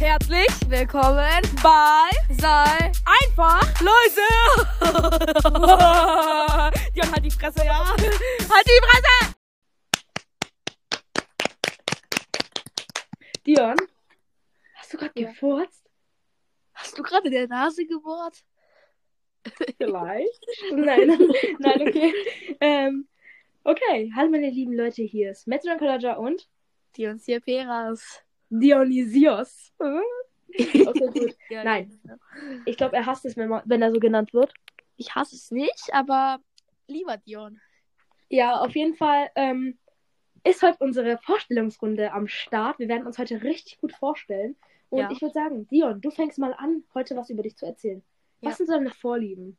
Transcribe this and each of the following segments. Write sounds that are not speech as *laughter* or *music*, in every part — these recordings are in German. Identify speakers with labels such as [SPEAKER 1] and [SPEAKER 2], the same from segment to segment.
[SPEAKER 1] Herzlich willkommen bei Sei einfach *laughs* Leute! Jan, halt die Fresse, ja! Halt die Fresse!
[SPEAKER 2] Dion, hast du gerade
[SPEAKER 1] Ja.
[SPEAKER 2] gefurzt?
[SPEAKER 1] Hast du gerade in der Nase gebohrt?
[SPEAKER 2] *laughs* Vielleicht. Nein, *laughs* nein, okay. Ähm, okay, hallo meine lieben Leute, hier ist Metro Collager und
[SPEAKER 1] Die uns hier Peras.
[SPEAKER 2] Dionysios. Okay, gut.
[SPEAKER 1] *laughs* Ja,
[SPEAKER 2] Nein. Ich glaube, er hasst es, wenn, man, wenn er so genannt wird.
[SPEAKER 1] Ich hasse es nicht, aber lieber Dion.
[SPEAKER 2] Ja, auf jeden Fall ähm, ist heute unsere Vorstellungsrunde am Start. Wir werden uns heute richtig gut vorstellen. Und
[SPEAKER 1] Ja.
[SPEAKER 2] ich würde sagen, Dion, du fängst mal an, heute was über dich zu erzählen.
[SPEAKER 1] Ja.
[SPEAKER 2] Was sind so deine Vorlieben?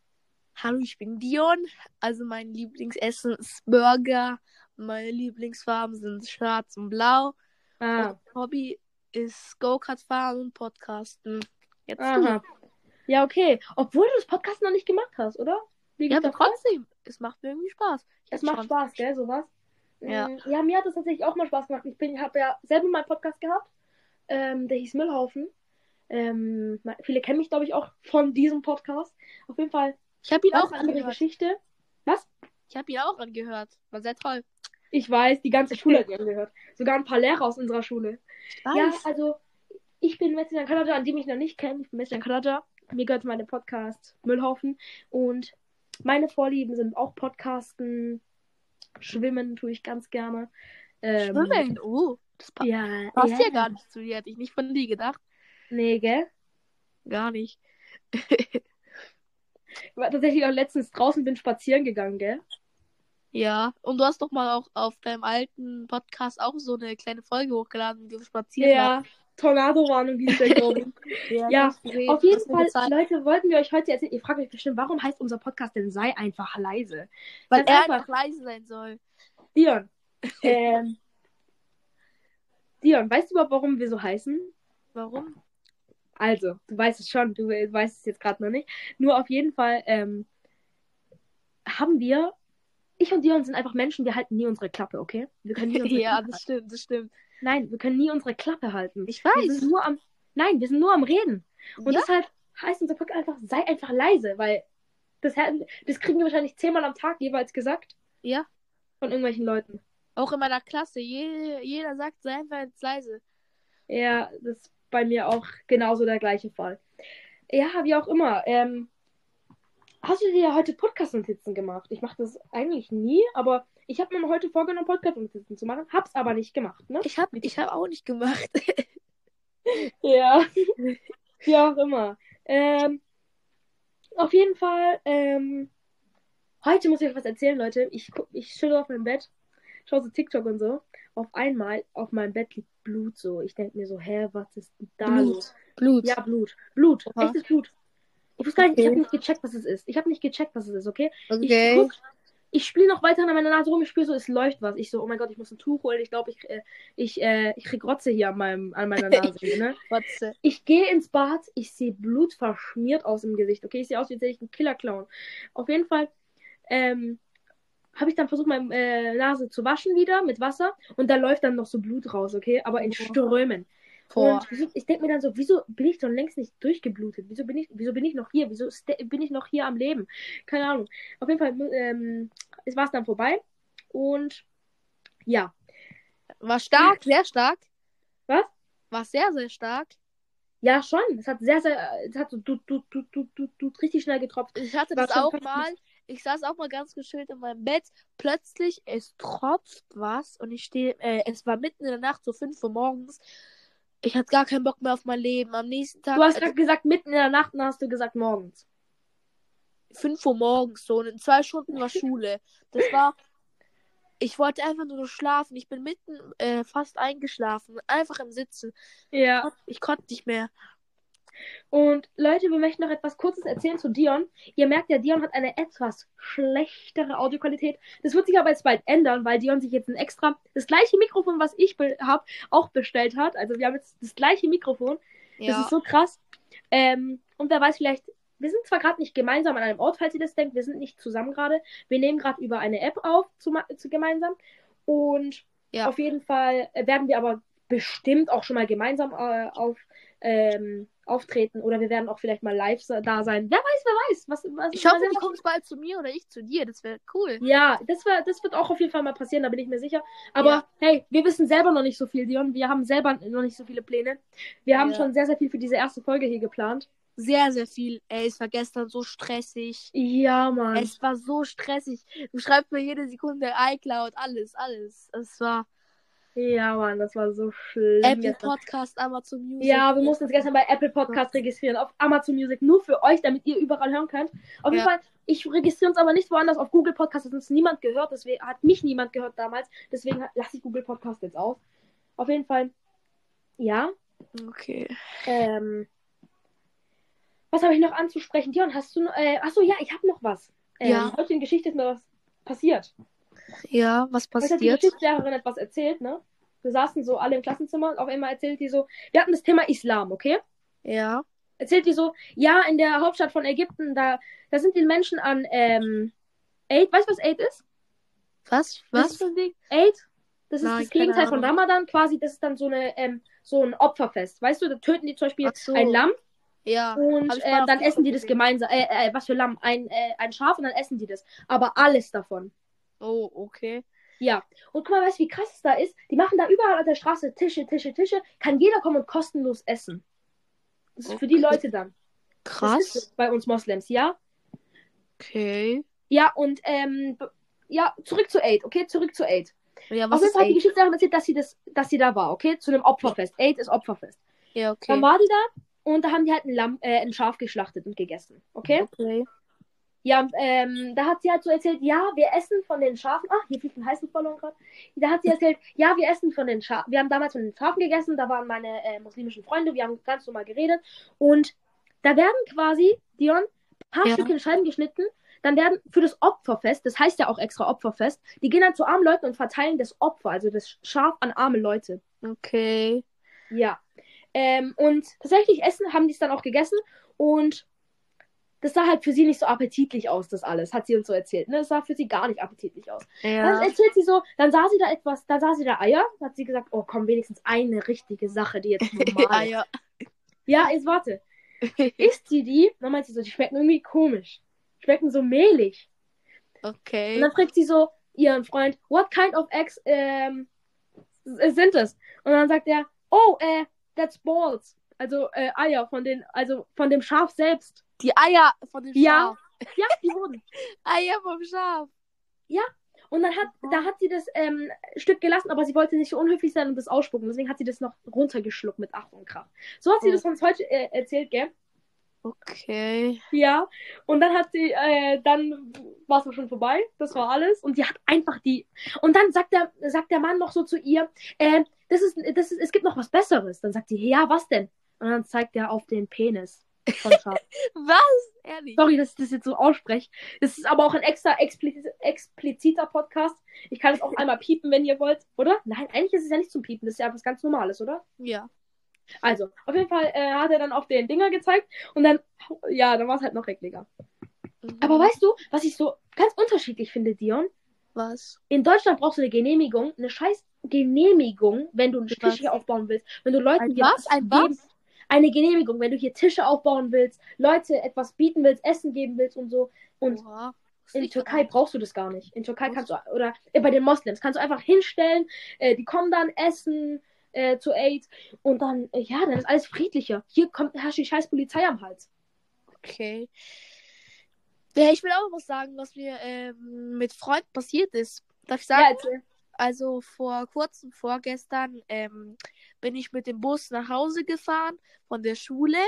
[SPEAKER 1] Hallo, ich bin Dion. Also mein Lieblingsessen ist Burger. Meine Lieblingsfarben sind schwarz und blau.
[SPEAKER 2] Ah,
[SPEAKER 1] Und mein Hobby ist Go-Kart fahren und Podcasten. Jetzt
[SPEAKER 2] aha. Ja, okay. Obwohl du das Podcast noch nicht gemacht hast, oder? Wie
[SPEAKER 1] du. Ja,
[SPEAKER 2] geht's
[SPEAKER 1] aber
[SPEAKER 2] davor?
[SPEAKER 1] trotzdem, es macht mir irgendwie Spaß. Ich
[SPEAKER 2] Es
[SPEAKER 1] hab
[SPEAKER 2] macht
[SPEAKER 1] schon-
[SPEAKER 2] Spaß, gell, sowas.
[SPEAKER 1] Ja.
[SPEAKER 2] Mm, ja, mir hat das tatsächlich auch mal Spaß gemacht. Ich bin, habe ja selber mal einen Podcast gehabt, ähm, der hieß Müllhaufen. Ähm, ma- viele kennen mich, glaube ich, auch von diesem Podcast. Auf jeden Fall
[SPEAKER 1] Ich habe ihn
[SPEAKER 2] ganz
[SPEAKER 1] auch
[SPEAKER 2] andere
[SPEAKER 1] angehört.
[SPEAKER 2] Geschichte.
[SPEAKER 1] Ich habe ihn auch angehört. War sehr toll.
[SPEAKER 2] Ich weiß, die ganze Schule hat die angehört. Sogar ein paar Lehrer aus unserer Schule. Ja, also ich bin Messi Kanada, an die mich noch nicht kennen. Ich bin Messi Kanada. Mir gehört mein Podcast Müllhaufen. Und meine Vorlieben sind auch Podcasten. Schwimmen tue ich ganz gerne. Ähm,
[SPEAKER 1] Schwimmen. Oh, das pa
[SPEAKER 2] Ja,
[SPEAKER 1] passt
[SPEAKER 2] ja.
[SPEAKER 1] ja gar nicht zu dir. Hätte ich nicht von dir gedacht.
[SPEAKER 2] Nee, gell?
[SPEAKER 1] Gar nicht. *laughs*
[SPEAKER 2] Ich war tatsächlich auch letztens draußen bin spazieren gegangen, gell?
[SPEAKER 1] Ja. Und du hast doch mal auch auf deinem alten Podcast auch so eine kleine Folge hochgeladen, wie du spazieren
[SPEAKER 2] Tornado-Warnung, wie ist *laughs* der Glauben?
[SPEAKER 1] warst.
[SPEAKER 2] Ja,
[SPEAKER 1] das gesehen.
[SPEAKER 2] Auf
[SPEAKER 1] Hast
[SPEAKER 2] jeden
[SPEAKER 1] du
[SPEAKER 2] Fall,
[SPEAKER 1] gezeigt.
[SPEAKER 2] Leute, wollten wir euch heute erzählen. Ihr fragt euch bestimmt, warum heißt unser Podcast denn Sei einfach leise?
[SPEAKER 1] Weil
[SPEAKER 2] Ganz
[SPEAKER 1] er
[SPEAKER 2] einfach.
[SPEAKER 1] einfach leise sein soll.
[SPEAKER 2] *laughs* Dion. Ähm, Dion, weißt du überhaupt, warum wir so heißen? *laughs*
[SPEAKER 1] Warum?
[SPEAKER 2] Also, du weißt es schon, du weißt es jetzt gerade noch nicht. Nur auf jeden Fall ähm, haben wir, ich und Dion sind einfach Menschen, wir halten nie unsere Klappe, okay? Wir können nie *laughs* unsere
[SPEAKER 1] Ja,
[SPEAKER 2] Klappe
[SPEAKER 1] das stimmt, das stimmt.
[SPEAKER 2] halten. Nein, wir können nie unsere Klappe halten.
[SPEAKER 1] Ich
[SPEAKER 2] Wir sind nur am, nein, wir sind nur am Reden. Und
[SPEAKER 1] ja,
[SPEAKER 2] deshalb heißt unser Podcast einfach, sei einfach leise, weil das, hätten- das kriegen wir wahrscheinlich zehnmal am Tag jeweils gesagt
[SPEAKER 1] ja.
[SPEAKER 2] von irgendwelchen Leuten.
[SPEAKER 1] Auch in meiner Klasse. Jede, jeder sagt, sei einfach jetzt leise.
[SPEAKER 2] Ja, das ist bei mir auch genauso der gleiche Fall. Ja, wie auch immer. Ähm, hast du dir heute Podcast-Notizen gemacht? Ich mache das eigentlich nie, aber ich habe mir heute vorgenommen, Podcast-Notizen zu machen, hab's aber nicht gemacht, ne?
[SPEAKER 1] Ich habe ich hab auch nicht
[SPEAKER 2] *laughs*
[SPEAKER 1] gemacht.
[SPEAKER 2] Ja, *laughs* wie auch immer. Ähm, auf jeden Fall, ähm, heute muss ich euch was erzählen, Leute. Ich, gu- ich schüttle auf mein Bett, schaue so TikTok und so. Auf einmal, auf meinem Bett liegt Blut so. Ich denke mir so, hä, was ist denn da
[SPEAKER 1] Blut.
[SPEAKER 2] los?
[SPEAKER 1] Blut.
[SPEAKER 2] Ja, Blut. Blut.
[SPEAKER 1] Oha.
[SPEAKER 2] Echtes Blut. Ich wusste gar nicht, ich
[SPEAKER 1] Okay.
[SPEAKER 2] habe nicht gecheckt, was es ist. Ich habe nicht gecheckt, was es ist, okay?
[SPEAKER 1] okay.
[SPEAKER 2] Ich guck, ich spiele noch weiter an meiner Nase rum, ich spüre so, es läuft was. Ich so, oh mein Gott, ich muss ein Tuch holen. Ich glaube, ich, äh, ich, äh, ich krieg Rotze hier an, meinem,
[SPEAKER 1] *laughs*
[SPEAKER 2] an meiner Nase. ne?
[SPEAKER 1] Rotze.
[SPEAKER 2] Ich gehe ins Bad, ich sehe Blut verschmiert aus dem Gesicht. Okay, ich sehe aus, wie sehe ich einen Killer-Clown. Auf jeden Fall ähm, habe ich dann versucht, meine äh, Nase zu waschen wieder mit Wasser und da läuft dann noch so Blut raus, okay? Aber in
[SPEAKER 1] Boah.
[SPEAKER 2] Strömen.
[SPEAKER 1] Boah.
[SPEAKER 2] Und wieso, ich denke mir dann so, wieso bin ich schon längst nicht durchgeblutet? Wieso bin ich, wieso bin ich noch hier? Wieso ste- bin ich noch hier am Leben? Keine Ahnung. Auf jeden Fall ähm, es war es dann vorbei und ja,
[SPEAKER 1] War stark, sehr stark.
[SPEAKER 2] Was?
[SPEAKER 1] War sehr, sehr stark.
[SPEAKER 2] ja schon. Es hat sehr, sehr, äh, es hat so du, du, du, du, du, du, richtig schnell getropft.
[SPEAKER 1] Ich hatte
[SPEAKER 2] War
[SPEAKER 1] das
[SPEAKER 2] schon
[SPEAKER 1] auch
[SPEAKER 2] fast
[SPEAKER 1] mal. Ich saß auch mal ganz geschillt in meinem Bett. Plötzlich, es tropft was und ich stehe, äh, es war mitten in der Nacht, so 5 Uhr morgens. Ich hatte gar keinen Bock mehr auf mein Leben. Am nächsten Tag,
[SPEAKER 2] Du hast
[SPEAKER 1] also
[SPEAKER 2] gerade gesagt, mitten in der Nacht und dann hast du gesagt morgens.
[SPEAKER 1] 5 Uhr morgens, so und in zwei Stunden
[SPEAKER 2] *laughs*
[SPEAKER 1] war Schule. Das war, ich wollte einfach nur schlafen. Ich bin mitten äh, fast eingeschlafen, einfach im Sitzen.
[SPEAKER 2] Ja.
[SPEAKER 1] Ich konnte nicht mehr.
[SPEAKER 2] Und Leute, wir möchten noch etwas Kurzes erzählen zu Dion. Ihr merkt ja, Dion hat eine etwas schlechtere Audioqualität. Das wird sich aber jetzt bald ändern, weil Dion sich jetzt ein extra, das gleiche Mikrofon, was ich habe, auch bestellt hat. Also wir haben jetzt das gleiche Mikrofon. Das ist so krass. Ähm, und wer weiß vielleicht, wir sind zwar gerade nicht gemeinsam an einem Ort, falls ihr das denkt, wir sind nicht zusammen gerade. Wir nehmen gerade über eine App auf, zu, ma- zu gemeinsam. Und
[SPEAKER 1] Ja.
[SPEAKER 2] auf jeden Fall äh, werden wir aber bestimmt auch schon mal gemeinsam äh, auf ähm, auftreten oder wir werden auch vielleicht mal live sa- da sein. Wer weiß, wer weiß. Was, was
[SPEAKER 1] Ich hoffe,
[SPEAKER 2] mal sehen,
[SPEAKER 1] du
[SPEAKER 2] was-
[SPEAKER 1] kommst bald zu mir oder ich zu dir. Das wäre cool.
[SPEAKER 2] Ja, das, war, das wird auch auf jeden Fall mal passieren, da bin ich mir sicher. Aber
[SPEAKER 1] Ja.
[SPEAKER 2] hey, wir wissen selber noch nicht so viel, Dion. Wir haben selber noch nicht so viele Pläne. Wir haben
[SPEAKER 1] Ja.
[SPEAKER 2] schon sehr, sehr viel für diese erste Folge hier geplant.
[SPEAKER 1] Sehr, sehr viel. Ey, es war gestern so stressig.
[SPEAKER 2] Ja, Mann.
[SPEAKER 1] Es war so stressig. Du schreibst mir jede Sekunde iCloud, alles, alles. Es war
[SPEAKER 2] Ja, Mann, das war so schlimm.
[SPEAKER 1] Apple
[SPEAKER 2] gestern.
[SPEAKER 1] Podcast, Amazon Music.
[SPEAKER 2] Ja, wir mussten uns gestern bei Apple Podcast registrieren, auf Amazon Music, nur für euch, damit ihr überall hören könnt. Auf jeden
[SPEAKER 1] Ja.
[SPEAKER 2] Fall, ich registriere uns aber nicht woanders. Auf Google Podcast hat uns niemand gehört, deswegen hat mich niemand gehört damals. Deswegen hat- lasse ich Google Podcast jetzt aus. Auf jeden Fall, ja.
[SPEAKER 1] Okay.
[SPEAKER 2] Ähm, was habe ich noch anzusprechen? Dion, hast du. Äh, achso, ja, ich habe noch was. Ähm,
[SPEAKER 1] Ja.
[SPEAKER 2] Heute in Geschichte ist mir was passiert.
[SPEAKER 1] Ja, was
[SPEAKER 2] Heute hat halt die
[SPEAKER 1] passiert?
[SPEAKER 2] Geschichtslehrerin etwas erzählt, ne? Wir saßen so alle im Klassenzimmer und auf einmal erzählt die so. Wir hatten das Thema Islam, okay?
[SPEAKER 1] Ja.
[SPEAKER 2] erzählt die so, ja, in der Hauptstadt von Ägypten, da, da sind die Menschen an ähm, Aid. Weißt du, was Aid ist?
[SPEAKER 1] Was?
[SPEAKER 2] Das
[SPEAKER 1] Was?
[SPEAKER 2] ist das Ding? Aid? Das ist
[SPEAKER 1] Nein,
[SPEAKER 2] das
[SPEAKER 1] keine
[SPEAKER 2] Gegenteil von
[SPEAKER 1] Ahnung.
[SPEAKER 2] Ramadan quasi. Das ist dann so, eine, ähm, so ein Opferfest. Weißt du, da töten die zum Beispiel
[SPEAKER 1] Ach so.
[SPEAKER 2] ein Lamm
[SPEAKER 1] Ja.
[SPEAKER 2] und
[SPEAKER 1] Hab ich mal
[SPEAKER 2] äh,
[SPEAKER 1] auf
[SPEAKER 2] dann
[SPEAKER 1] TikTok
[SPEAKER 2] essen die das
[SPEAKER 1] gesehen.
[SPEAKER 2] gemeinsam. Äh, äh, was für Lamm? Ein, äh, ein Schaf und dann essen die das. Aber alles davon.
[SPEAKER 1] Oh, okay.
[SPEAKER 2] Ja. Und guck mal, weißt du, wie krass es da ist? Die machen da überall an der Straße Tische, Tische, Tische. Kann jeder kommen und kostenlos essen. Das ist für die
[SPEAKER 1] Okay.
[SPEAKER 2] Leute dann. Das
[SPEAKER 1] Krass.
[SPEAKER 2] ist bei uns Moslems, ja?
[SPEAKER 1] Okay.
[SPEAKER 2] Ja, und ähm, b- ja, zurück zu Aid, okay? Zurück zu Aid.
[SPEAKER 1] Ja,
[SPEAKER 2] Auf
[SPEAKER 1] was
[SPEAKER 2] jeden
[SPEAKER 1] ist
[SPEAKER 2] Fall hat die
[SPEAKER 1] Aid?
[SPEAKER 2] Geschichtslehrerin erzählt, dass sie, das, dass sie da war, okay? Zu einem Opferfest. Aid ist Opferfest.
[SPEAKER 1] Ja,
[SPEAKER 2] Dann
[SPEAKER 1] okay.
[SPEAKER 2] war die da und da haben die halt ein, Lamm, äh, ein Schaf geschlachtet und gegessen, okay?
[SPEAKER 1] Okay.
[SPEAKER 2] Ja, und, ähm, da hat sie halt so erzählt, ja, wir essen von den Schafen. Ach, hier fliegt ein Heißluftballon gerade. Da hat sie erzählt, ja, wir essen von den Schafen. Wir haben damals von den Schafen gegessen, da waren meine äh, muslimischen Freunde, wir haben ganz normal geredet. Und da werden quasi, Dion, ein paar
[SPEAKER 1] Ja.
[SPEAKER 2] Stücke in Scheiben geschnitten. Dann werden für das Opferfest, das heißt ja auch extra Opferfest, die gehen dann zu armen Leuten und verteilen das Opfer, also das Schaf an arme Leute.
[SPEAKER 1] Okay.
[SPEAKER 2] Ja. Ähm, und tatsächlich essen haben die es dann auch gegessen und das sah halt für sie nicht so appetitlich aus, das alles, hat sie uns so erzählt. Ne? Das sah für sie gar nicht appetitlich aus. Dann
[SPEAKER 1] Ja.
[SPEAKER 2] erzählt sie so, dann sah sie da etwas, dann sah sie da Eier, dann hat sie gesagt, oh komm, wenigstens eine richtige Sache,
[SPEAKER 1] *laughs*
[SPEAKER 2] die jetzt normal ist.
[SPEAKER 1] Eier.
[SPEAKER 2] Ja, jetzt warte. Isst sie die? Dann meint sie so, die schmecken irgendwie komisch. Schmecken so mehlig. Und
[SPEAKER 1] Okay.
[SPEAKER 2] dann fragt sie so ihren Freund, what kind of eggs ähm, s- sind es? Und dann sagt er, oh, äh, that's balls. Also äh, Eier von den, also von dem Schaf selbst.
[SPEAKER 1] Die Eier von dem
[SPEAKER 2] Ja.
[SPEAKER 1] Schaf.
[SPEAKER 2] Ja, die wurden.
[SPEAKER 1] Eier vom Schaf.
[SPEAKER 2] Und dann hat, da hat sie das ähm, Stück gelassen, aber sie wollte nicht so unhöflich sein und das ausspucken. Deswegen hat sie das noch runtergeschluckt mit Acht und Kraft. So hat sie
[SPEAKER 1] Oh.
[SPEAKER 2] das uns heute äh, erzählt, gell?
[SPEAKER 1] Okay.
[SPEAKER 2] Ja. Und dann hat sie, äh, dann war es auch schon vorbei. Das war alles. Und sie hat einfach die. Und dann sagt der, sagt der Mann noch so zu ihr, äh, das ist, das ist, es gibt noch was Besseres. Dann sagt sie, ja, was denn? Und dann zeigt er auf den Penis. Von Schaf.
[SPEAKER 1] Was? Ehrlich?
[SPEAKER 2] Sorry, dass ich das jetzt so ausspreche. Das ist aber auch ein extra explizit, expliziter Podcast. Ich kann es auch einmal piepen, wenn ihr wollt, oder? Nein, eigentlich ist es ja nicht zum Piepen. Das ist ja was ganz Normales, oder?
[SPEAKER 1] Ja.
[SPEAKER 2] Also, auf jeden Fall äh, hat er dann auf den Dinger gezeigt und dann, ja, dann war es halt noch ekliger.
[SPEAKER 1] Mhm.
[SPEAKER 2] Aber weißt du, was ich so ganz unterschiedlich finde, Dion?
[SPEAKER 1] was?
[SPEAKER 2] In Deutschland brauchst du eine Genehmigung, eine scheiß Genehmigung, wenn du einen
[SPEAKER 1] Was?
[SPEAKER 2] Tisch hier aufbauen willst. Wenn du Leuten
[SPEAKER 1] Ein
[SPEAKER 2] hier
[SPEAKER 1] was? Ein was?
[SPEAKER 2] geben- Eine Genehmigung, wenn du hier Tische aufbauen willst, Leute etwas bieten willst, Essen geben willst und so. Und
[SPEAKER 1] Oha.
[SPEAKER 2] in
[SPEAKER 1] Ich-
[SPEAKER 2] Türkei brauchst du das gar nicht. In Türkei
[SPEAKER 1] Was?
[SPEAKER 2] kannst du, oder äh, bei den Moslems, kannst du einfach hinstellen, äh, die kommen dann, essen äh, zu Aid und dann, äh, ja, dann ist alles friedlicher. Hier kommt, hast du die scheiß Polizei am Hals.
[SPEAKER 1] Okay. Ja, ich will auch was sagen, was mir ähm, mit Freund passiert ist. Darf ich sagen?
[SPEAKER 2] Ja, erzähl.
[SPEAKER 1] Also vor kurzem, vorgestern, ähm, bin ich mit dem Bus nach Hause gefahren von der Schule.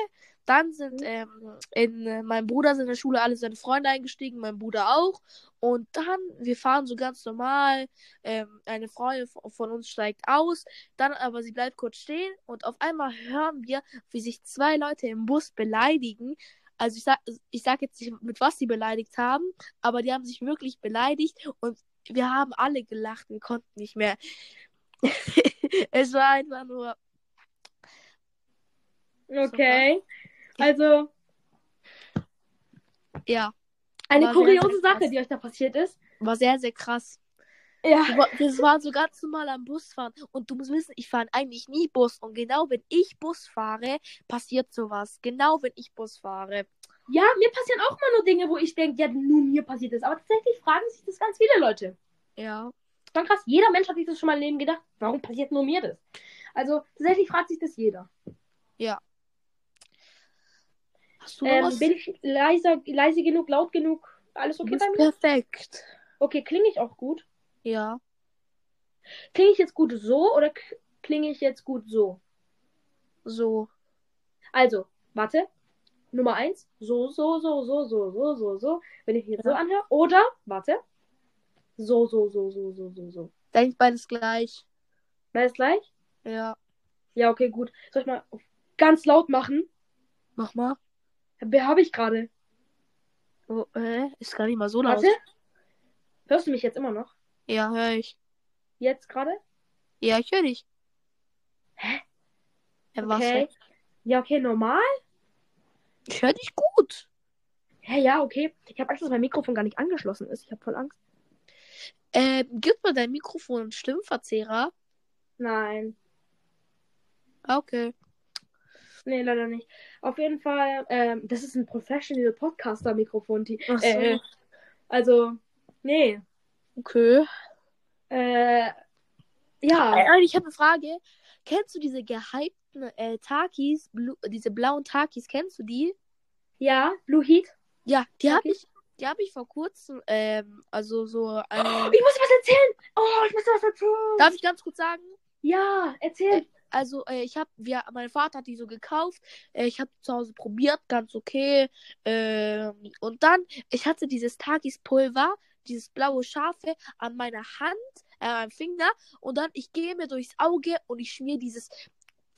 [SPEAKER 1] Dann sind
[SPEAKER 2] Mhm.
[SPEAKER 1] ähm, in äh, mein Bruder sind in der Schule alle seine Freunde eingestiegen, mein Bruder auch. Und dann, wir fahren so ganz normal. Ähm, eine Freundin v- von uns steigt aus, dann aber sie bleibt kurz stehen und auf einmal hören wir, wie sich zwei Leute im Bus beleidigen. Also ich sag, ich sag jetzt nicht, mit was sie beleidigt haben, aber die haben sich wirklich beleidigt und wir haben alle gelacht, wir konnten nicht mehr. *laughs* es war einfach nur.
[SPEAKER 2] Okay. Also,
[SPEAKER 1] Ja,
[SPEAKER 2] Eine
[SPEAKER 1] War sehr,
[SPEAKER 2] kuriose
[SPEAKER 1] sehr krass.
[SPEAKER 2] Sache, die euch da passiert ist.
[SPEAKER 1] war sehr, sehr krass.
[SPEAKER 2] Ja.
[SPEAKER 1] Wir wa- Wir waren so ganz normal am Busfahren. Und du musst wissen, ich fahre eigentlich nie Bus. Und genau wenn ich Bus fahre, passiert sowas. Genau wenn ich Bus fahre.
[SPEAKER 2] Ja, mir passieren auch immer nur Dinge, wo ich denke, ja, nur mir passiert das. Aber tatsächlich fragen sich das ganz viele Leute.
[SPEAKER 1] Ja.
[SPEAKER 2] Dann krass, jeder Mensch hat sich das schon mal im Leben gedacht, warum passiert nur mir das? Also tatsächlich fragt sich das jeder.
[SPEAKER 1] Hast du noch
[SPEAKER 2] Ähm,
[SPEAKER 1] was?
[SPEAKER 2] bin ich leiser, leise genug, laut genug? Alles okay
[SPEAKER 1] du
[SPEAKER 2] bei
[SPEAKER 1] bist
[SPEAKER 2] mir?
[SPEAKER 1] perfekt.
[SPEAKER 2] Okay, klinge ich auch gut?
[SPEAKER 1] Ja.
[SPEAKER 2] Klinge ich jetzt gut so oder k- klinge ich jetzt gut so?
[SPEAKER 1] So.
[SPEAKER 2] Also, warte. Nummer eins, so, so, so, so, so, so, so, so, wenn ich mich jetzt so
[SPEAKER 1] Ja.
[SPEAKER 2] anhöre. Oder, warte, so, so, so, so, so, so, so.
[SPEAKER 1] Denk beides gleich.
[SPEAKER 2] Beides gleich?
[SPEAKER 1] Ja.
[SPEAKER 2] Ja, okay, gut. Soll ich mal auf ganz laut machen?
[SPEAKER 1] Mach mal.
[SPEAKER 2] Wer habe ich gerade?
[SPEAKER 1] Oh, hä? Ist gar nicht mal so laut.
[SPEAKER 2] Warte. Hörst du mich jetzt immer noch?
[SPEAKER 1] Ja, höre ich.
[SPEAKER 2] Jetzt gerade?
[SPEAKER 1] Ja, ich höre dich. Hä? Was?
[SPEAKER 2] Okay. Ja, okay, normal?
[SPEAKER 1] Ich höre dich gut.
[SPEAKER 2] Hä, ja, okay. Ich habe Angst, dass mein Mikrofon gar nicht angeschlossen ist. Ich habe voll Angst.
[SPEAKER 1] Ähm, gib mal dein Mikrofon einen Stimmverzehrer.
[SPEAKER 2] Nein.
[SPEAKER 1] Ah, Okay.
[SPEAKER 2] Nee, leider nicht. Auf jeden Fall, ähm, das ist ein Professional Podcaster-Mikrofon. Die,
[SPEAKER 1] Ach so.
[SPEAKER 2] äh, also, nee.
[SPEAKER 1] Okay.
[SPEAKER 2] Äh, ja.
[SPEAKER 1] Äh, ich habe eine Frage. Kennst du diese gehypten äh, Takis, blu diese blauen Takis, kennst du die?
[SPEAKER 2] Ja, Blue Heat.
[SPEAKER 1] Ja, die habe
[SPEAKER 2] Takis?
[SPEAKER 1] ich, die habe ich vor kurzem, ähm, also so
[SPEAKER 2] Oh,
[SPEAKER 1] *laughs* eine.
[SPEAKER 2] ich muss dir was erzählen. Oh, ich muss dir was erzählen.
[SPEAKER 1] Darf ich ganz kurz sagen?
[SPEAKER 2] Ja, erzähl.
[SPEAKER 1] Also, äh, ich habe, wir, mein Vater hat die so gekauft. Äh, ich habe zu Hause probiert, ganz okay. Ähm, und dann, ich hatte dieses Takis-Pulver, dieses blaue Schafe an meiner Hand, äh, am Finger. Und dann, ich gehe mir durchs Auge und ich schmier dieses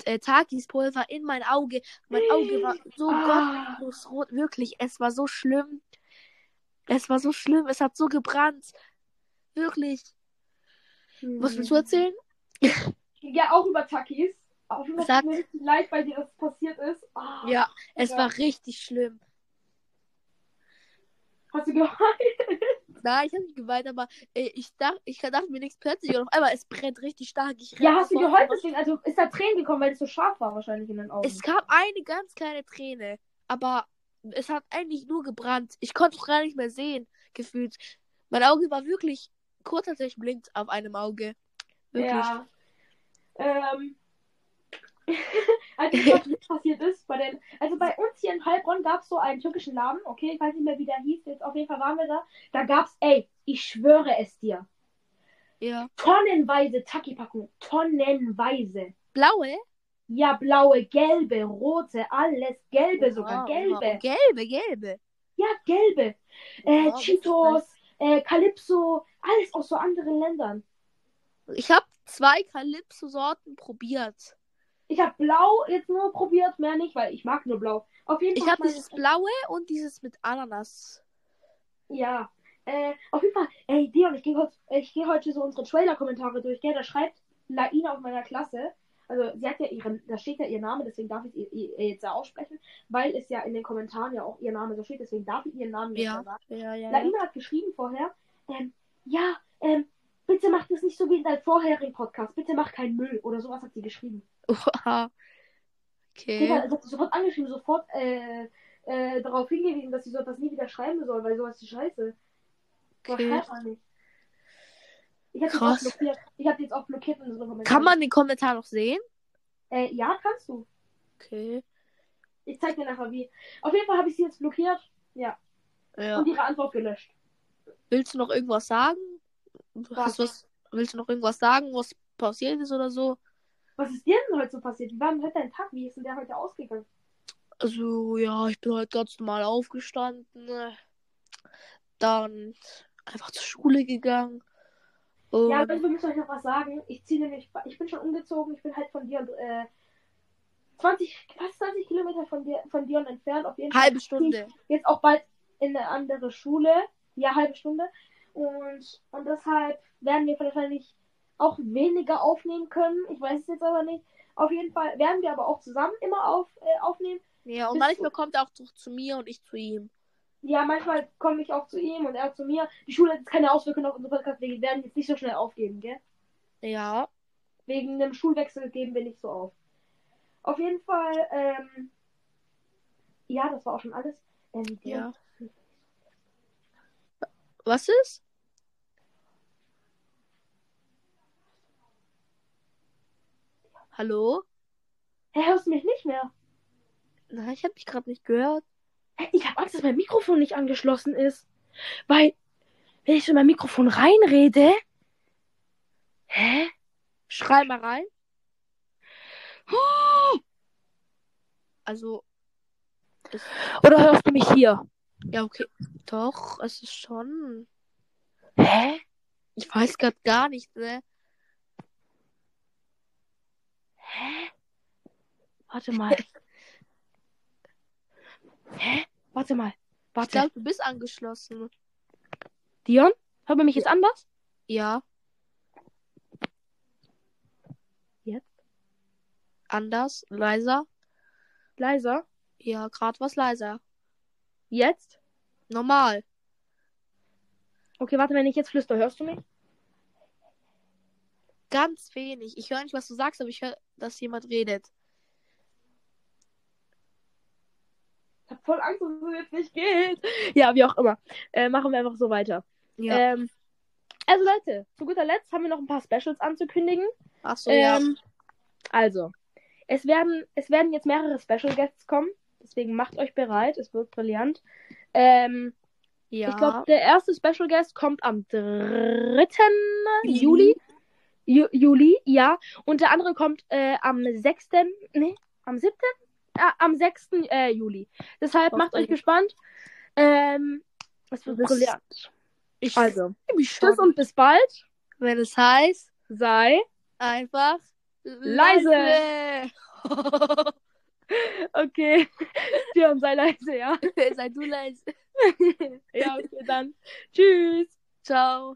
[SPEAKER 1] äh, Takis-Pulver in mein Auge. Mein Auge war so
[SPEAKER 2] Ah.
[SPEAKER 1] gottlos rot, wirklich. Es war so schlimm. Es war so schlimm. Es hat so gebrannt. Wirklich.
[SPEAKER 2] Äh,
[SPEAKER 1] Was
[SPEAKER 2] Mhm.
[SPEAKER 1] willst du erzählen?
[SPEAKER 2] Ja, auch über Takis. Auf jeden Fall
[SPEAKER 1] Sag.
[SPEAKER 2] tut mir richtig leid, weil dir das passiert ist. Ah.
[SPEAKER 1] Ja, es
[SPEAKER 2] Ja.
[SPEAKER 1] war richtig schlimm.
[SPEAKER 2] Hast du gehört?
[SPEAKER 1] Nein, ich habe nicht geweint, aber äh, ich dachte, ich dachte mir nichts plötzlich und auf einmal es brennt richtig stark. Ich renn
[SPEAKER 2] Ja, hast du
[SPEAKER 1] sofort
[SPEAKER 2] geheult?
[SPEAKER 1] raus.
[SPEAKER 2] Deswegen, also ist da Tränen gekommen, weil es so scharf war wahrscheinlich in den Augen.
[SPEAKER 1] Es kam eine ganz kleine Träne, aber es hat eigentlich nur gebrannt. Ich konnte auch gar nicht mehr sehen, gefühlt. Mein Auge war wirklich kurz tatsächlich blinkt auf einem Auge. Wirklich.
[SPEAKER 2] Ja. Ähm. *laughs* also ich weiß nicht, was passiert ist. Bei den, also bei uns hier in Heilbronn gab es so einen türkischen Laden, okay, ich weiß nicht mehr, wie der hieß, jetzt auf jeden Fall waren wir da. Da gab's, ey, ich schwöre es dir,
[SPEAKER 1] ja.
[SPEAKER 2] tonnenweise Taki-Packung, tonnenweise.
[SPEAKER 1] Blaue?
[SPEAKER 2] Ja, blaue, gelbe, rote, alles, gelbe sogar,
[SPEAKER 1] Wow,
[SPEAKER 2] gelbe.
[SPEAKER 1] wow. Gelbe, gelbe.
[SPEAKER 2] Ja, gelbe. Äh,
[SPEAKER 1] Wow,
[SPEAKER 2] Cheetos, äh, Calypso, alles aus so anderen Ländern.
[SPEAKER 1] Ich habe zwei Kalypso-Sorten probiert.
[SPEAKER 2] Ich habe blau jetzt nur probiert, mehr nicht, weil ich mag nur blau. Auf jeden
[SPEAKER 1] Ich
[SPEAKER 2] Fall
[SPEAKER 1] habe
[SPEAKER 2] mein-
[SPEAKER 1] dieses blaue und dieses mit Ananas.
[SPEAKER 2] Ja. Äh, auf jeden Fall, ey Dion, ich gehe heute, ich geh heute so unsere Trailer-Kommentare durch, gell? Da schreibt Laina aus meiner Klasse, also sie hat ja ihren, da steht ja ihr Name, deswegen darf ich ihr, ihr jetzt ja aussprechen, weil es ja in den Kommentaren ja auch ihr Name so steht, deswegen darf ich ihren Namen jetzt
[SPEAKER 1] Ja.
[SPEAKER 2] ja sagen.
[SPEAKER 1] Ja, ja. ja.
[SPEAKER 2] Laina hat geschrieben vorher, ähm, ja, ähm, bitte macht es nicht so wie in deinem vorherigen Podcast, bitte macht keinen Müll oder sowas hat sie geschrieben.
[SPEAKER 1] Oha. Okay.
[SPEAKER 2] Digga, das hat sie sofort angeschrieben, sofort äh, äh, darauf hingewiesen, dass sie so etwas nie wieder schreiben soll, weil sowas ist scheiße. Boah,
[SPEAKER 1] Okay.
[SPEAKER 2] schreibt man nicht. Ich hab
[SPEAKER 1] Krass.
[SPEAKER 2] Krass. jetzt auch blockiert. Ich hab jetzt auch blockiert in unsere Kommentare.
[SPEAKER 1] Kann man den Kommentar noch sehen?
[SPEAKER 2] Äh, ja, kannst du.
[SPEAKER 1] Okay.
[SPEAKER 2] Ich zeig dir nachher wie. Auf jeden Fall habe ich sie jetzt blockiert
[SPEAKER 1] Ja.
[SPEAKER 2] und ihre Antwort gelöscht.
[SPEAKER 1] Willst du noch irgendwas sagen? Du hast was, willst du noch irgendwas sagen, was passiert ist oder so?
[SPEAKER 2] Was ist dir denn heute so passiert? Wie war denn heute dein Tag? Wie ist denn der heute ausgegangen?
[SPEAKER 1] Also, ja, ich bin heute ganz normal aufgestanden. ne? Dann einfach zur Schule gegangen. Und
[SPEAKER 2] Ja, aber wir müssen euch noch was sagen. Ich ziehe nämlich, ich bin schon umgezogen, ich bin halt von Dion, äh, 20, fast 20 Kilometer von, dir, von Dion entfernt. Auf jeden Fall
[SPEAKER 1] halbe Stunde.
[SPEAKER 2] jetzt auch bald in eine andere Schule. Ja, halbe Stunde. Und, und deshalb werden wir wahrscheinlich auch weniger aufnehmen können. Ich weiß es jetzt aber nicht. Auf jeden Fall werden wir aber auch zusammen immer auf, äh, aufnehmen.
[SPEAKER 1] Ja, und
[SPEAKER 2] Bist du-
[SPEAKER 1] manchmal kommt er auch zu, zu mir und ich zu ihm.
[SPEAKER 2] Ja, manchmal komme ich auch zu ihm und er zu mir. Die Schule hat jetzt keine Auswirkungen auf unseren Podcast. Wir werden jetzt nicht so schnell aufgeben, gell?
[SPEAKER 1] Ja.
[SPEAKER 2] Wegen einem Schulwechsel geben wir nicht so auf. Auf jeden Fall, ähm, ja, das war auch schon alles. Ähm, die-
[SPEAKER 1] Ja. Was ist? Hallo?
[SPEAKER 2] Hä, hörst du mich nicht mehr?
[SPEAKER 1] Nein, ich habe dich gerade nicht gehört.
[SPEAKER 2] Hä, ich habe Angst, dass mein Mikrofon nicht angeschlossen ist. Weil, wenn ich in mein Mikrofon reinrede. Hä?
[SPEAKER 1] Schrei mal rein. Oh! Also, es,
[SPEAKER 2] Oder hörst du mich hier?
[SPEAKER 1] ja, okay. Doch, es ist schon.
[SPEAKER 2] Hä?
[SPEAKER 1] Ich weiß gerade gar nicht, ne?
[SPEAKER 2] Hä? Warte mal. Hä? Warte mal.
[SPEAKER 1] Ich
[SPEAKER 2] Warte.
[SPEAKER 1] glaube, du bist angeschlossen.
[SPEAKER 2] Dion? Hört man mich jetzt anders?
[SPEAKER 1] Ja.
[SPEAKER 2] Jetzt?
[SPEAKER 1] Anders, leiser.
[SPEAKER 2] Leiser?
[SPEAKER 1] Ja, gerade was leiser.
[SPEAKER 2] Jetzt?
[SPEAKER 1] Normal.
[SPEAKER 2] Okay, warte, wenn ich jetzt flüster, hörst du mich?
[SPEAKER 1] Ganz wenig. Ich höre nicht, was du sagst, aber ich höre, dass jemand redet.
[SPEAKER 2] Ich hab voll Angst, dass es jetzt nicht geht. Ja, wie auch immer. Äh, machen wir einfach so weiter.
[SPEAKER 1] Ja.
[SPEAKER 2] Ähm, also Leute, zu guter Letzt haben wir noch ein paar Specials anzukündigen.
[SPEAKER 1] Ach so, Oh ja.
[SPEAKER 2] Ähm, also, es werden, es werden jetzt mehrere Special Guests kommen. Deswegen macht euch bereit, es wird brillant. Ähm,
[SPEAKER 1] ja.
[SPEAKER 2] Ich glaube, der erste Special Guest kommt am 3.
[SPEAKER 1] Mhm.
[SPEAKER 2] Juli. Ju Juli, ja. Und der andere kommt äh, am 6. Nee, am 7. Ah, am 6. Äh, Juli. Deshalb
[SPEAKER 1] Okay.
[SPEAKER 2] macht euch gespannt. Ähm, es wird
[SPEAKER 1] Das-
[SPEAKER 2] brillant.
[SPEAKER 1] ich
[SPEAKER 2] Also,
[SPEAKER 1] freu mich schon.
[SPEAKER 2] tschüss und bis bald.
[SPEAKER 1] Wenn es heißt,
[SPEAKER 2] Sei.
[SPEAKER 1] einfach
[SPEAKER 2] Leise.
[SPEAKER 1] leise. *laughs*
[SPEAKER 2] Okay. *laughs* Dion, sei leise, ja.
[SPEAKER 1] Sei du leise.
[SPEAKER 2] ja, okay, dann. Tschüss.
[SPEAKER 1] Ciao.